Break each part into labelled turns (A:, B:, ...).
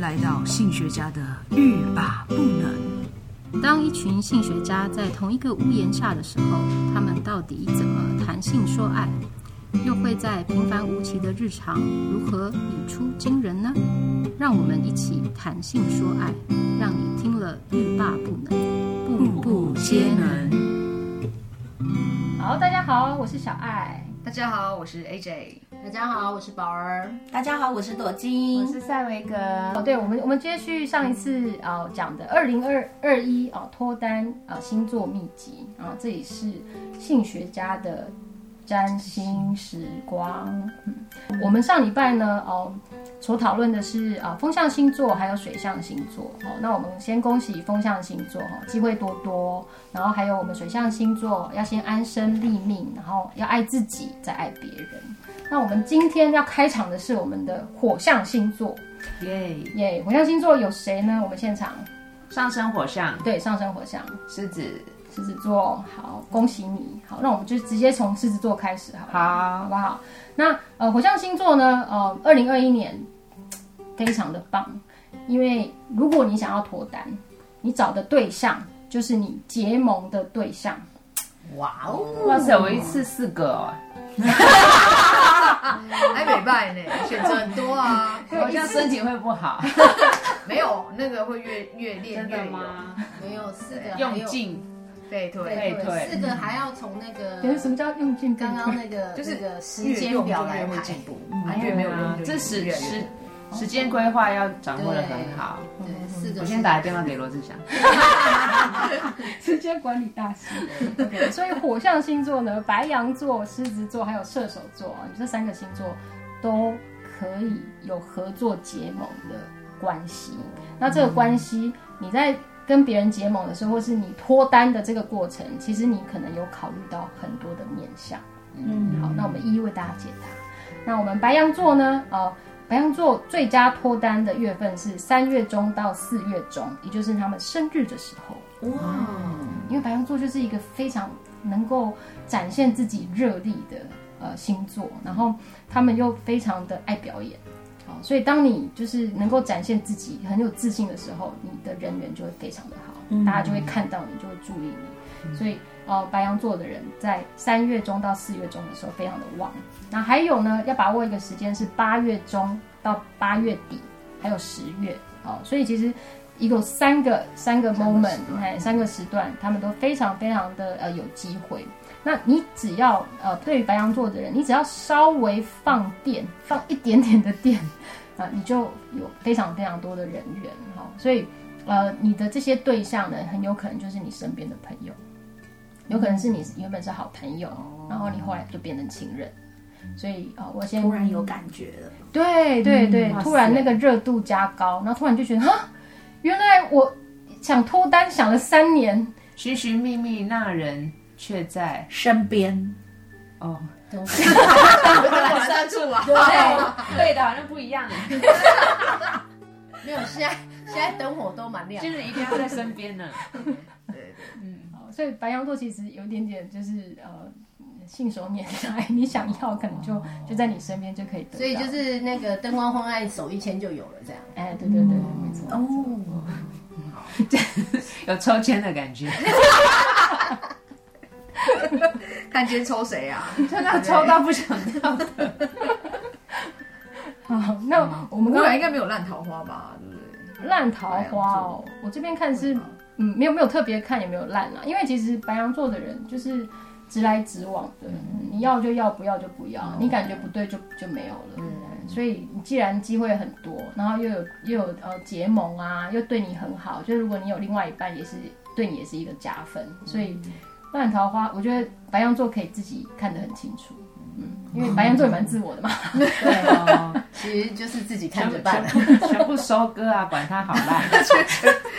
A: 来到性学家的欲罢不能。
B: 当一群性学家在同一个屋檐下的时候，他们到底怎么谈性说爱？又会在平凡无奇的日常如何语出惊人呢？让我们一起谈性说爱，让你听了欲罢不能，步步皆能。好，大家好，我是小爱，
A: 大家好，我是 AJ。
C: 大家好，我是宝儿。
D: 大家好，我是朵金
B: 我。是赛维格。哦，对，我们我们接续上一次啊、呃讲的二零二二一啊脱单啊、呃星座秘籍啊、这里是性学家的占星时光。嗯，我们上礼拜呢哦、所讨论的是啊、风象星座还有水象星座哦。那我们先恭喜风象星座哈、哦，机会多多。然后还有我们水象星座要先安身立命，然后要爱自己，再爱别人。那我们今天要开场的是我们的火象星座，
C: 耶！
B: 耶、火象星座有谁呢？我们现场
C: 上升火象，
B: 对上升火象
C: 狮子，
B: 狮子座，好，恭喜你。好，那我们就直接从狮子座开始好了，好
C: 好，
B: 不好？那呃，火象星座呢，呃，二零二一年非常的棒，因为如果你想要脱单，你找的对象就是你结盟的对象，
D: 哇哦，
C: 哇塞，我一次四个哦，
A: 还没哎拜呢，选择很多啊。
C: 我这样身体会不好，
A: 没有那个会越越练越有，？
D: 没有四个，还
C: 用
D: 有
C: 劲，
A: 对
D: 对
A: 对，
C: 对对
D: 四个还要从那
B: 可是什
D: 个
B: 么叫用尽
D: 刚刚那 个
A: 就是
D: 那个时
A: 越
D: 间
A: 用
D: 表
A: 就
D: 来
A: 越会
D: 排。
A: 进步，啊，越没有用就
C: 这时
A: 越来越
C: 时时间规划要掌握的很好。
E: 嗯
D: 对，四个。
C: 我先打个电话给罗志祥，
B: 时间管理大师。OK，所以火象星座呢，白羊座、狮子座还有射手座啊，你这三个星座都可以有合作结盟的关系。那这个关系，你在跟别人结盟的时候，或是你脱单的这个过程，其实你可能有考虑到很多的面向。
D: 嗯，
B: 好，那我们一一为大家解答。那我们白羊座呢？呃，白羊座最佳脱单的月份是三月中到四月中，也就是他们生日的时候。
D: 哇，
B: 因为白羊座就是一个非常能够展现自己热力的呃星座，然后他们又非常的爱表演，好，所以当你就是能够展现自己很有自信的时候，你的人缘就会非常的好，大家就会看到你，就会注意你，所以。呃，白羊座的人在三月中到四月中的时候非常的旺，那还有呢，要把握一个时间是八月中到八月底，还有十月，哦，所以其实一共三个三个
A: 三个
B: moment，
A: 时段
B: 哎，三个时段，他们都非常非常的呃有机会。那你只要呃，对于白羊座的人，你只要稍微放电，放一点点的电， 啊、你就有非常非常多的人缘哈、哦。所以呃，你的这些对象呢，很有可能就是你身边的朋友，有可能是你原本是好朋友，然后你后来就变成情人。所以啊、呃我先
D: 突然有感觉了。
B: 对对对，
C: 哇塞
B: 突然那个热度加高，然后突然就觉得啊，原来我想脱单想了三年，
C: 寻寻觅觅，那人却在
D: 身边，
C: 哦，
D: 懂
A: 晚上住啊，
C: 对对的，好像不一样，
D: 没有？现在现在灯火都蛮亮
C: 就。是一定要在身边呢。
A: 对
B: 哦所以白羊座其实有一点点就是呃信手拈来，你想要可能就就在你身边就可以得到，
D: 所以就是那个灯光昏暗，手一牵就有了这样。
B: 哎，对对对，没错。
D: 哦，
C: 有抽签的感 觉，
A: 对，看今天抽谁啊？
C: 真的抽到不想要。
B: 好，那我
A: 我
B: 们
A: 们
B: 刚
A: 来
B: 才
A: 应该没有烂桃花吧？对不对？
B: 烂桃花哦，我这边看是嗯，没有没有特别看也没有烂啦，啊因为其实白羊座的人就是直来直往的，你要就要，不要就不要，你感觉不对就就没有了。所以你既然机会很多，然后又有又有呃结盟啊，又对你很好，就如果你有另外一半，也是对你也是一个加分。所以烂桃花，我觉得白羊座可以自己看得很清楚，嗯，因为白羊座也蛮自我的嘛。
C: 对哦，
D: 其实就是自己看
C: 全部
D: 着办。
C: 全部全部收割啊，管它好烂。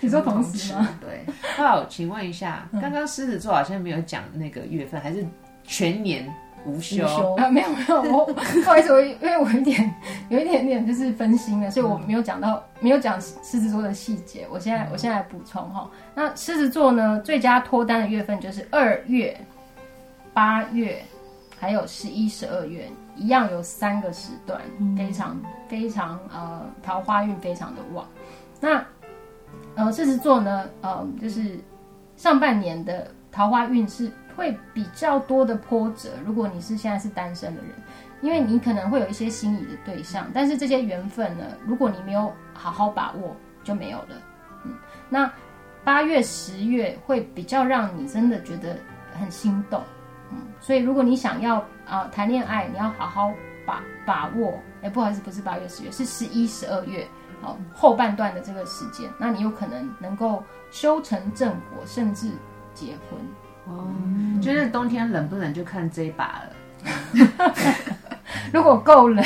B: 你说同时吗？
A: 对，
C: 哦，请问一下，刚刚狮子座好像没有讲那个月份，还是全年无休？
D: 无
B: 啊，没有没有，我不好意思，我因为我有一点有一点点就是分心了，所以我没有讲到没有讲狮子座的细节。我现在我现在来补充哈，那狮子座呢，最佳脱单的月份就是二月、八月，还有十一、十二月，一样有三个时段，非常非常呃桃花运非常的旺。那呃狮子座呢，呃就是上半年的桃花运是会比较多的波折。如果你是现在是单身的人，因为你可能会有一些心仪的对象，但是这些缘分呢，如果你没有好好把握，就没有了。嗯，那八月、十月会比较让你真的觉得很心动。嗯，所以如果你想要啊、呃谈恋爱，你要好好把把握。哎，不好意思，不是八月、十月，是十一、十二月，好、后半段的这个时间，那你有可能能够修成正果，甚至结婚。
C: 哦，就是冬天冷不冷就看这一把了。
B: 如果够冷，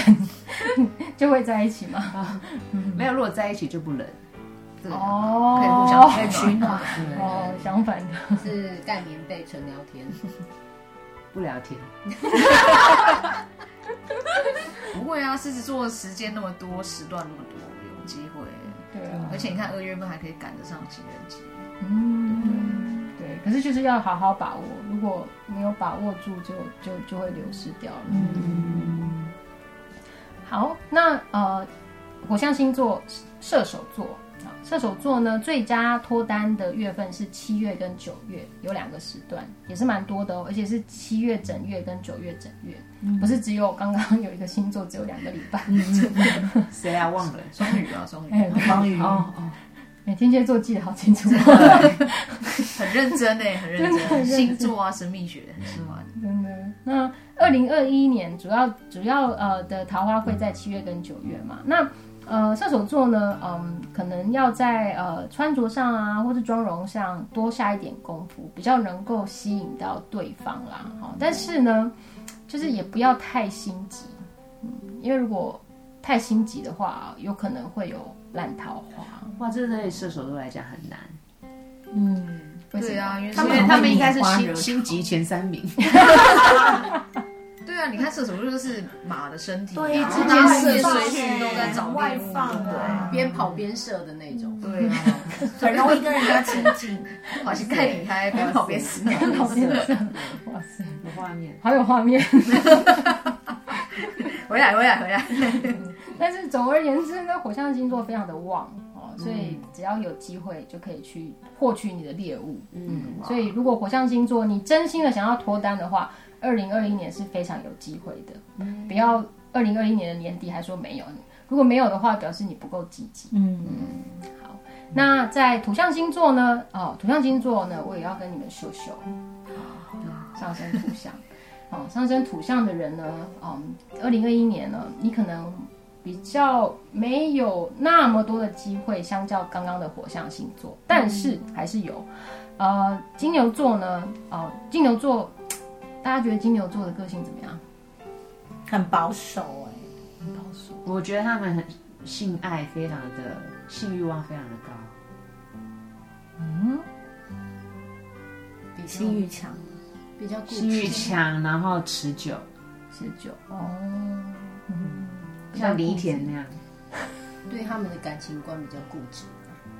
B: 就会在一起吗？
C: 没有，如果在一起就不冷。
D: 对，啊
B: 哦，
D: 可以互相可以取暖，
B: 哦，相反的，
D: 是盖棉被纯聊天。
C: 不聊天，
A: 不会啊，狮子座的时间那么多，时段那么多，有机会。
B: 对啊，
A: 而且你看二月份还可以赶得上情人节，
B: 嗯，对，可是就是要好好把握，如果没有把握住就，就就会流失掉了。
C: 嗯，
B: 好，那呃，火象星座射手座啊，射手座呢最佳脱单的月份是七月跟九月，有两个时段，也是蛮多的哦，而且是七月整月跟九月整月，不是只有刚刚有一个星座只有两个礼拜，
C: 谁啊？忘了。
A: 双鱼啊， 双鱼，
B: 哎
A: 双鱼
C: 哦哦，
B: 哎天蝎座记得好清楚，
A: 很认真哎，很认
B: 真的很认
A: 真，
B: 真
A: 星座啊，神秘学很喜欢。
B: 真的。那二零二一年主要主要呃的桃花会在七月跟九月嘛，那。呃，射手座呢，嗯，可能要在呃穿着上啊，或是妆容上多下一点功夫，比较能够吸引到对方啦。好、但是呢，就是也不要太心急，嗯，因为如果太心急的话，有可能会有烂桃花。
C: 哇，这对射手座来讲很难。
B: 嗯，为什么
A: 对，啊，因为
C: 他
A: 因
C: 们
A: 为
C: 他们应该是
D: 很会拈花惹
C: 星
D: 草
C: 星级前三 名。
A: 对啊，你看射手座就是马的身体啊，
D: 对
A: 然后
D: 之前
A: 大家
D: 射
A: 随
D: 手
A: 去都在找
E: 外
A: 猎物
E: 放啊
D: 边跑边射的那种。
A: 对对啊，
E: 很容易跟人家亲 近。
A: 好像太厉害，边跑边 死。
B: 好变色， 哇塞，
C: 有画面。
B: 好有画面。
A: 回来回来回来，
B: 但是总而言之呢，火象星座非常的旺哦，所以只要有机会就可以去获取你的猎物。
C: 嗯，
B: 所以如果火象星座你真心的想要脱单的话，二零二一年是非常有机会的。不要二零二一年的年底还说没有，如果没有的话，表示你不够积极。
E: 嗯，
B: 好，那在土象星座呢？哦，土象星座呢，我也要跟你们秀秀。上升土象，哦，上升土象的人呢，嗯，二零二一年呢，你可能比较没有那么多的机会，相较刚刚的火象星座，但是还是有。呃，金牛座呢，哦，金牛座，大家觉得金牛座的个性怎么样？
E: 很保守哎、
B: 很保守，
C: 我觉得他们很性爱非常的性欲望非常的高，
E: 比性欲强。
D: 比较固
C: 性欲
D: 执，
C: 强，然后持久，
B: 十九哦，
C: 像李田那样。
D: 对他们的感情观比较固执。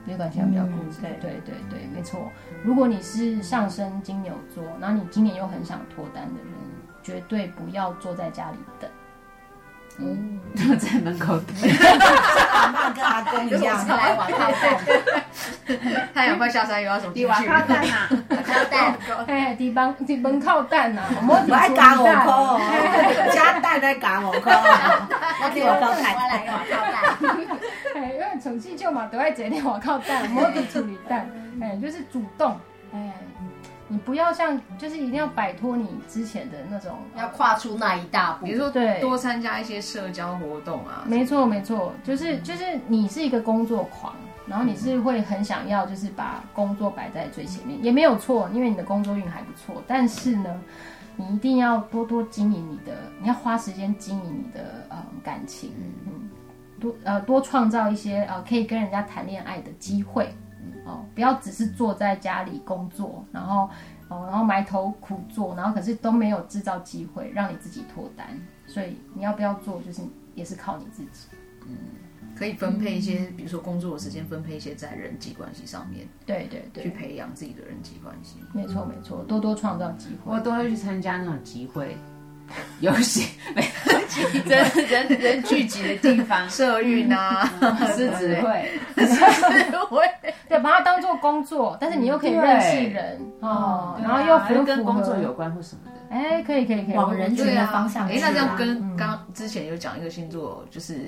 B: 旅馆现在比较固执、
E: 嗯
B: 对对对，没错。如果你是上升金牛座，然后你今年又很想脱单的人，绝对不要坐在家里等。
C: 在门 口等，
E: 阿妈跟阿公一 样，
D: 来玩他蛋，
A: 太阳快下山，又要走进去。
E: 啊
C: 蛋 呐！
D: 他蛋，
B: 哎，地方地门靠蛋呐、啊，摸
E: 我爱加五块哦，加蛋再加五块哦，我给我高
D: 我
E: 蛋。
D: 来玩他蛋。
B: 哎，因为宠气就嘛，都爱整天我靠蛋，摸地处理蛋，哎，就是主动，哎，你不要像，就是一定要摆脱你之前的那种
D: 要跨出那一大步
A: 比。如说
B: 对
A: 多参加一些社交活动啊，
B: 没错，没错，就是就是你是一个工作狂，然后你是会很想要就是把工作摆在最前面，也没有错，因为你的工作运还不错。但是呢，你一定要多多经营你的，你要花时间经营你的呃感情，嗯，多呃多创造一些呃可以跟人家谈恋爱的机会，哦，不要只是坐在家里工作，然后哦然后埋头苦做，然后可是都没有制造机会让你自己脱单。所以你要不要做，就是也是靠你自己。
A: 可以分配一些，比如说工作的时间分配一些在人际关系上面，
B: 对对对，
A: 去培养自己的人际关系。
B: 没错没错，多多创造机会
C: 我。都会去参加那种集会，游行，人人人聚集的地方，
A: 社运啊，
E: 嗯
C: 狮子会，
A: 会
B: 对，把它当做工作，但是你又可以认识
C: 对
B: 人哦，
C: 对
B: 然后
C: 啊
B: 又符
C: 跟
B: 符
C: 工作
B: 合
C: 有关或什么的，
B: 哎，可以可以可以，
E: 往
B: 我
E: 人群
A: 对
E: 的
A: 啊，
E: 方向去啊。
A: 诶那这样
B: 嗯
A: 跟刚之前有讲一个星座，就是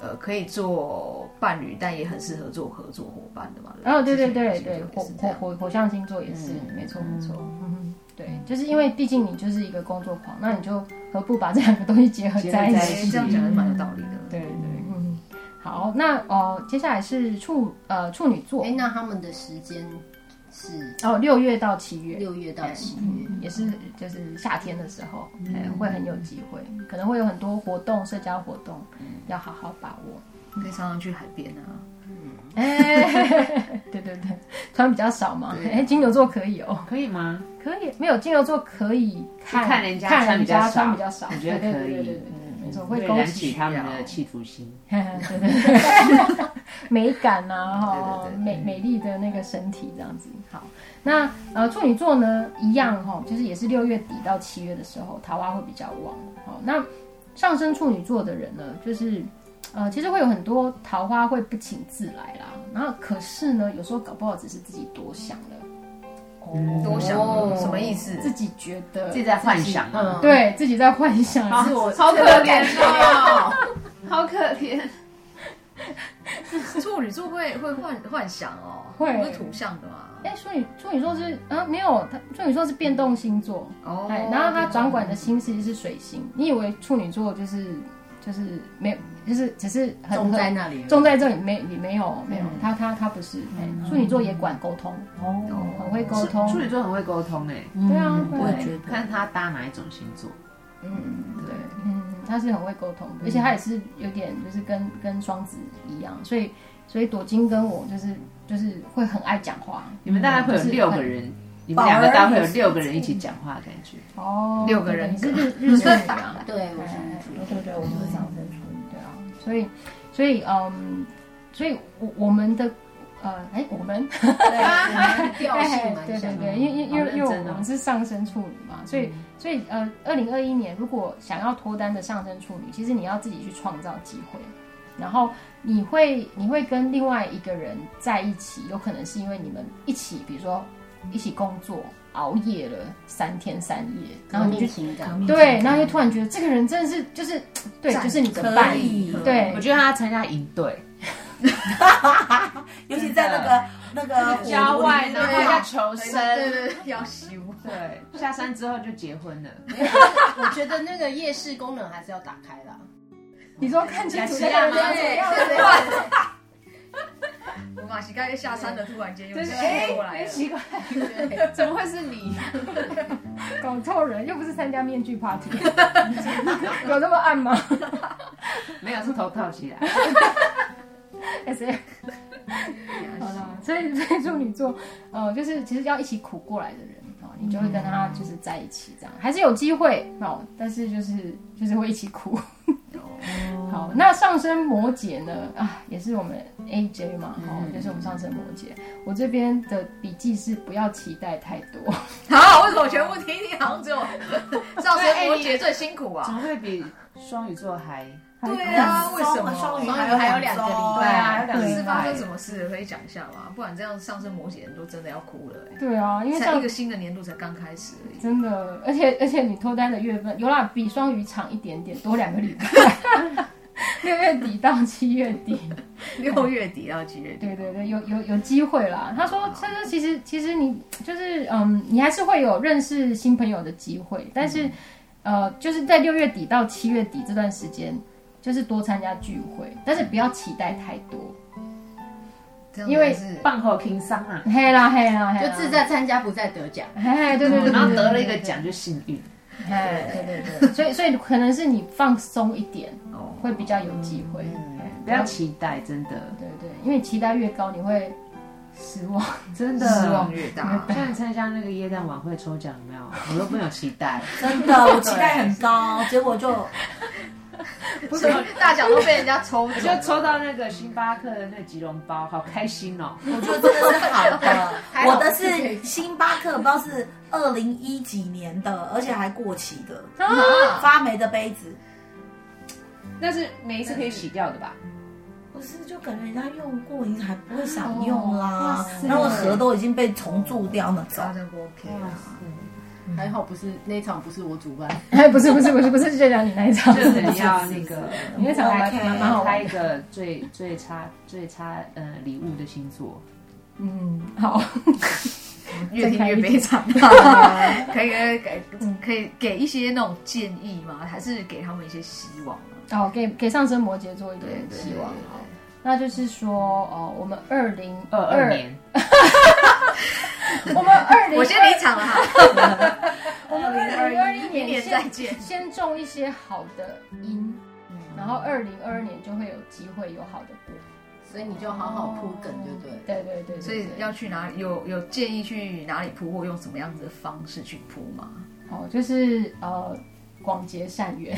A: 呃，可以做伴侣，但也很适合做合作伙伴的嘛。
B: 哦，对对
A: 之前有
B: 对
A: 星座
B: 对
A: 也，
B: 火
A: 是这
B: 火
A: 样
B: 火火象星座也是，
A: 嗯
B: 没错没错，嗯，对，就是因为毕竟你就是一个工作狂，那你就何不把这两个东西结合
C: 结合
B: 在一
C: 在一
B: 起？
A: 诶这样讲是蛮有道理的。
B: 对对，嗯，好，那哦、接下来是处呃处女座
D: 哎，，那他们的时间是
B: 哦，六月到七月，
D: 六月到七月，
B: 也是就是夏天的时候，
C: 嗯
B: 哎、会很有机会，可能会有很多活动，社交活动，
C: 嗯
B: 要好好把 握。
A: 可以常常去海边啊。
B: 哎，对对对，穿比较少嘛。哎，金牛座可以哦，
C: 啊可以吗？
B: 可以没有金牛座可以看
C: 去看人家
B: 看
C: 穿
B: 人
C: 比较
B: 家穿
C: 少
B: 比较少，
C: 我觉得
B: 对
C: 可以嗯
B: 对对对对对没错，会
C: 会
B: 勾
C: 燃起
B: 起
C: 他们的企图心。
B: 嘿嘿对对对 美感啊，哈
A: 对，对对
B: 美美丽的那个身体这样子。好，那呃处女座呢，一样哈，就是也是六月底到七月的时候，桃花会比较旺。好，那上升处女座的人呢，就是呃，其实会有很多桃花会不请自来啦。然后可是呢，有时候搞不好只是自己多想了，
A: 多想
D: 哦
A: 什么意 思？
B: 自己觉得
C: 自己在幻想
D: 嗯
C: 啊，
B: 对自己在幻想，
C: 好
D: 啊
B: 自我
C: 好可怜哦， 好可怜。
A: 处女座会会幻幻想哦，
B: 会
A: 不是土象的嘛？
B: 哎，处女处女座是啊，没有，他处女座是变动星座，
A: 哦
B: 哎，然后他掌管的星其实是水星。你以为处女座就是就是没有，就是只是很
D: 种在那里，
B: 重在这里没你没有没有，他他他不是，哎，处女座也管沟通，很会沟通，
C: 处女座很会沟通哎，
B: 对啊，对
E: 我也觉得
C: 看他搭哪一种星座，
B: 对，嗯，他是很会沟通，而且他也是有点就是跟跟双子一样，所以所以朵金跟我就是就是会很爱讲话
C: 你们大概会有六个人，你们两个大概会有六个人一起讲话的感觉。
B: 哦，
A: 六个人
B: 你是日日处女啊。
D: 对，我是女主
B: 对对对，我们是上升处女，对啊，所以所以嗯，所以我我们的呃，哎，我们
D: 对，调 性蛮
B: 对对
D: 像的。
B: 对，因因
C: 好
B: 因为
C: 认
B: 因为
C: 真哦嗯
B: 我们是上升处女嘛，所以所以呃，二零二一年如果想要脱单的上升处女，其实你要自己去创造机会，然后你会你会跟另外一个人在一起，有可能是因为你们一起，比如说一起工作熬夜了三天三夜，然后你就
D: 命情感，
B: 对，然后就突然觉得这个人真的是就是对，就是你的伴
E: 可以
B: 侣，对
C: 我，觉得他参加营队，
E: 尤其在那个那个
C: 郊外
E: 的
C: 然后要求
A: 对
C: 生，
A: 对对，要修。
C: 对，下山之后就结婚了。
D: 我觉得那个夜市功能还是要打开啦。
B: 你说看清楚
C: 楚
B: 那
C: 那
B: 个
C: 个
B: 人
C: 人
B: 怎么
C: 怎么
B: 样
C: 样
A: 我马西刚下山了，突然间有
C: 真
A: 事
C: 是
A: 情过来了。
B: 奇怪，
C: 怎么会是你？
B: 搞错人，又不是参加面具 party，有那么暗吗
C: 没有，是头套起来。
B: ？S M，好了，所以所以处女座，呃，就是其实要一起苦过来的人哦，你就会跟他
A: 嗯
B: 就是在一起这样，还是有机会哦，但是就是就是会一起苦。
A: 哦
B: 好，那上升摩羯呢？啊，也是我们 AJ 嘛，哦，就是我
A: 嗯
B: 们上升摩羯。我这边的笔记是不要期待太多，
A: 好，为什么全部听你好像只有 上
B: 哎
A: 升摩羯最辛苦啊？
C: 怎么会比双鱼座还？
A: 对啊，为什么？
E: 双鱼
D: 双鱼还有两个礼拜
E: 对啊，
C: 还有两个
A: 是
C: 礼
A: 发
C: 拜
A: 生什么事可以讲一下吗？不然这样上升摩羯人都真的要哭了、欸。
B: 对啊，因为
A: 才
B: 像
A: 一个新的年度才刚开始 而已。
B: 真的，而且而且你脱单的月份有啦，比双鱼长一点点，多两个礼拜， 六月底到七月底。
A: 六月底到七月底，
B: 对对对，有有有机会啦。他说，他说其实其实你就是嗯，你还是会有认识新朋友的机会，但
C: 嗯
B: 是、呃，就是在六月底到七月底这段时间，就是多参加聚会，但是不要期待太多。
A: 这样子
B: 因为
A: 是
C: 棒后听伤啊，
B: 嘿啦嘿啦嘿
D: 就
B: 啦，
D: 自在参加，不在得奖。
B: 哎，对对对，
C: 然后得了一
B: 对
C: 个，奖就幸运。
B: 哎，对对对， 所以所以可能是你放松一点，
A: 哦，
B: 会比较有机会。哎
C: 不要期待，真的，
B: 对对，因为期待越高，你会失望。
C: 真的
A: 失望。越 大。
C: 像你参加那个耶诞晚会抽奖有没有？我都没有期待，
E: 真的，我期待很高，结果就
C: 不是
A: 所以大奖都被人家抽
C: 我
A: 走
C: 就。抽到那个星巴克的那吉隆包，好开心 哦！
E: 我觉得真的是好 的
D: 还，好
E: 我的是星巴克，不知道是二零一几年的，而且还过期的，发霉的杯子，
C: 但啊是每一次可以洗掉的吧？
E: 不是就感觉人家用过，你还不会想用
B: 哦哇
E: 啦，
B: 塞
E: 然后盒都已经被虫蛀掉那种
A: 啊，。
C: 哦
A: 那不 OK 啊！
D: 还好不是那一场不是我主办，
B: 哎，不是不是不是不是，就讲你那一场，
C: 就是你要那个，
B: 你那场还蛮蛮好
C: 开
B: 玩
C: 一
B: 的。
C: 个最 最差最差呃礼物的星座，
B: 嗯，好，
A: 越听越悲惨。 可以可以给可以给一些那种建议吗？还是给他们一些希望吗？
B: 哦，给给上升摩羯座一
A: 对
B: 点
A: 对，
B: 希望
A: 对
B: 好。那就是说，哦，我们二零
C: 二二，年
B: 我们二零，
A: 我先离场了哈，
B: 我们二零二一
A: 明
B: 年
A: 年
B: 先
A: 再见。
B: 先种一些好的因，然后二零二二年就会有机会有好的果。
D: 所以你就好好铺梗，对 不对？
B: 对对对，对
A: 所以
B: 对
A: 要去哪里？有有建议去哪里铺，或用什么样子的方式去铺吗？
B: 哦，就是呃，广结善缘。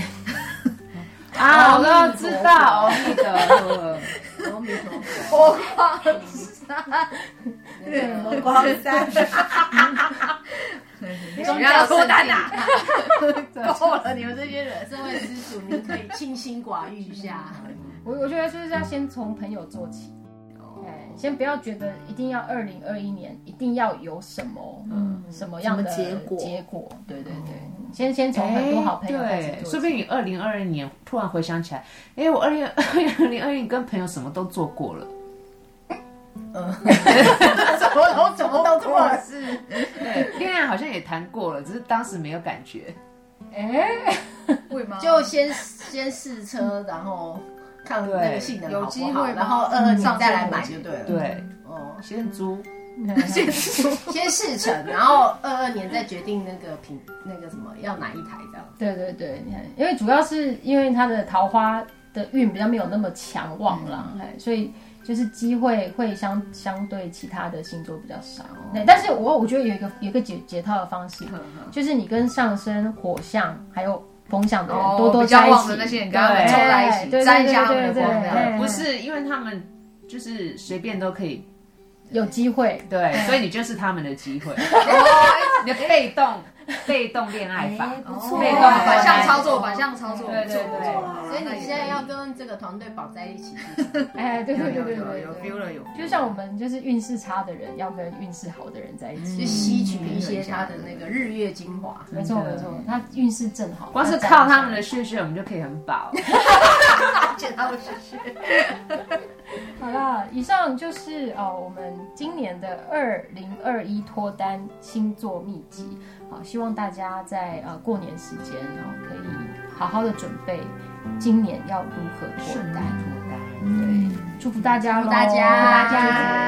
C: 啊，我都知道，那个
D: 阿弥陀佛，
A: 我靠！
D: 对
E: 我光三，
A: 你不要脱单呐！够了，你们这些人。
D: 身为施主，你可以清心寡欲一 下。
B: 我我觉得就是要先从朋友做起，哎，先不要觉得一定要二零二一年一定要有什么、什么样的
E: 什么结果
B: 结果，对对对，先先从很多 好朋友开始
C: 哎对，
B: 做
C: 说
B: 起。
C: 不定你二零二二年突然回想起来，哎，我二零二零二一跟朋友什么都做过了，
A: 什么都怎么都做了事，
C: 对，恋爱好像也谈过了，只是当时没有感觉。
B: 哎，
A: 会吗？
D: 就先先试车，然后看那个性能好不好
A: 有机会吗
D: 然后二二你再来买就对了。
C: 对，
D: 哦，
C: 先租，
B: 先
D: 先试乘，然后二二年再决定那个品那个什么要哪一台这样。
B: 对对对，你看，因为主要是因为他的桃花的运比较没有那么强旺啦，
A: 嗯
B: 哎、所以就是机会会相相对其他的星座比较少。
A: 哦
B: 对，但是我我觉得有一个有一个解解套的方式，
A: 嗯
B: 就是你跟上升火象还有风象的人、
A: 哦
B: 多多
A: 比较
B: 在一
A: 旺
B: 起，
A: 的那些人跟他们
C: 对
A: 凑在一
B: 对
A: 起，沾一下他
B: 对
A: 们的
B: 对
A: 光，这
B: 对
A: 样
B: 对
C: 不是因为他们就是随便都可以，
B: 有机会。
C: 对，所以你就是他们的机会，哦哎你的被动被动恋爱法，
E: 不错
C: 被动
E: 啊，
A: 反向操作，反向操作，
C: 对对
A: 不错
C: 对
A: 不错啊
D: 所以
A: 那
D: 你
A: 也
D: 现在要跟这个团队绑在一起，
B: 哎，对对对
A: 有
B: 对
A: 有有
B: 对
A: 有 feel
B: 对。
A: 了有 feel 了，
B: 就像我们就是运势差的人，要跟运势好的人在一起，
D: 去
A: 嗯
D: 吸取一些他的那个日月精华。
B: 没错没错。
A: 嗯
B: 他运势正好，
C: 光是
B: 他站
C: 靠
B: 起
C: 他们
B: 来
C: 的血血，我们就可以很饱。
A: 见他们是
B: 好啦，以上就是呃我们今年的二零二一脱单星座秘籍。好、希望大家在呃过年时间，然、后可以好好的准备今年要如何脱单。
C: 单
B: 祝福大家咯，
D: 祝大家
B: 祝大家。